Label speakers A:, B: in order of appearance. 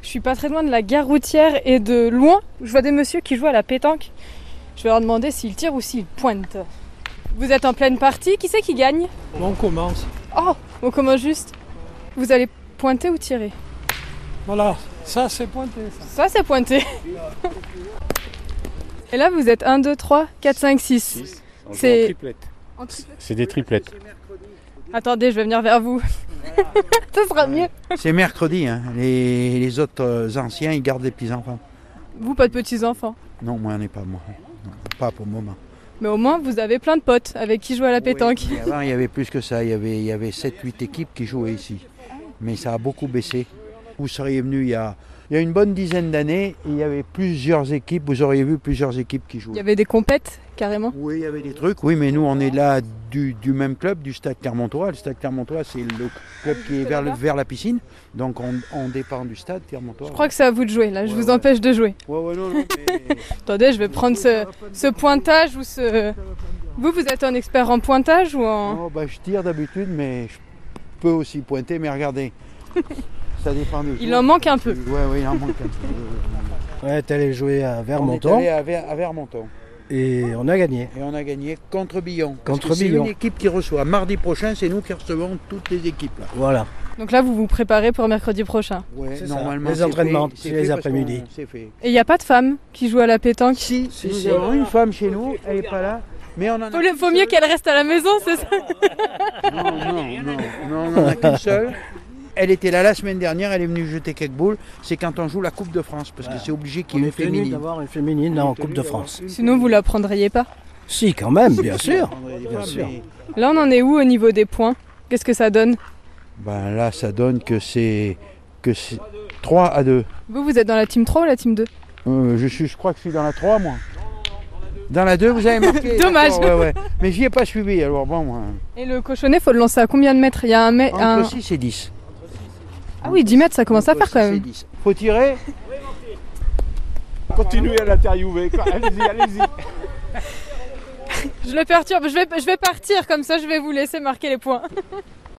A: suis pas très loin de la gare routière et de loin, je vois des messieurs qui jouent à la pétanque. Je vais leur demander s'ils tirent ou s'ils pointent. Vous êtes en pleine partie, qui c'est qui gagne
B: On commence.
A: Oh, on commence juste. Vous allez pointer ou tirer
B: Voilà, ça c'est pointé. ça.
A: Ça, c'est pointé. Et là, vous êtes 1, 2, 3, 4, 5, 6.
C: On joue
A: C'est-
C: en triplette. C'est des triplettes.
A: Attendez, je vais venir vers vous. Ça sera mieux.
D: C'est mercredi, hein. les, les autres euh, anciens, ils gardent les petits-enfants.
A: Vous, pas de petits-enfants.
D: Non, moi, on n'est pas moi. Non, pas pour le moment.
A: Mais au moins, vous avez plein de potes avec qui jouer à la pétanque.
D: Oui, avant, il y avait plus que ça. Il y avait, il y avait 7-8 équipes qui jouaient ici. Mais ça a beaucoup baissé. Vous seriez venu il y a, il y a une bonne dizaine d'années, il y avait plusieurs équipes, vous auriez vu plusieurs équipes qui
A: Il y
D: jouaient.
A: avait des compètes, carrément.
D: Oui, il y avait des trucs. Oui, mais nous, on est là du, du même club, du Stade Clermontois. Le Stade Clermontois, c'est le club qui est vers, le- vers la piscine. Donc, on, on dépend du Stade Clermontois.
A: Je crois que c'est à vous de jouer, là, je
D: Ouais,
A: vous
D: ouais.
A: empêche de jouer.
D: Ouais, ouais, non, non, mais-
A: Attendez, je vais prendre ce, ce pointage ou ce... Vous, vous êtes un expert en pointage ou en...
D: Oh, bah, je tire d'habitude, mais je peux aussi pointer. Mais regardez, ça dépend du
A: Il
D: jour.
A: en manque un peu.
D: Ouais, ouais, il en manque un peu.
E: Ouais, t'es allé jouer à
D: On est
E: Vermonton
D: allé à, Ver- à Vermonton
E: et on a gagné.
D: et on a gagné contre Billon. Parce
E: Contre
D: que c'est
E: Billon.
D: une équipe qui reçoit. Mardi prochain, c'est nous qui recevons toutes les équipes. Là.
E: Voilà.
A: Donc là, vous vous préparez pour mercredi prochain.
D: Ouais,
E: C'est ça.
D: normalement,
E: Les
D: c'est
E: entraînements,
D: fait-
E: c'est
D: fait
E: les
D: parce
E: après-midi.
D: qu'on- C'est fait.
A: Et il n'y a pas de femmes qui jouent à la pétanque
D: Si,
E: Si,
D: nous
E: si.
D: avons une femme chez nous, elle n'est pas là. Mais on en a
A: Faut, le-
D: qu'une
A: faut mieux qu'elle reste à la maison, c'est ça
D: Non, non, non, non, on en a qu'une seule. Elle était là la semaine dernière, elle est venue jeter quelques boules. C'est quand on joue la Coupe de France, parce que c'est obligé qu'il y
E: On
D: ait
E: est
D: une
E: féminine
D: féminine.
E: d'avoir une féminine là, en Coupe de France.
A: Sinon, vous la prendriez pas.
E: Si, quand même, bien sûr.
D: Bien sûr.
A: Là, on en est où au niveau des points Qu'est-ce que ça donne
D: Ben là, ça donne que c'est que c'est 3 à 2.
A: Vous, vous êtes dans la team 3 ou la team 2
D: Euh, je, suis, je crois que je suis dans la 3, moi. Dans la 2, vous avez marqué.
A: Dommage.
D: d'accord, ouais, ouais. Mais j'y ai pas suivi, alors bon, moi.
A: Et le cochonnet, faut le lancer à combien de mètres Il y a un mètre...
D: Entre 6 et 10.
A: Ah oui, 10 mètres, ça commence à
D: Entre
A: faire quand
D: 6 et
A: même.
D: 10. Faut tirer.
C: Continuez à l'interviewer. quoi. Allez-y, allez-y.
A: Je le perturbe, je vais, je vais partir, comme ça je vais vous laisser marquer les points.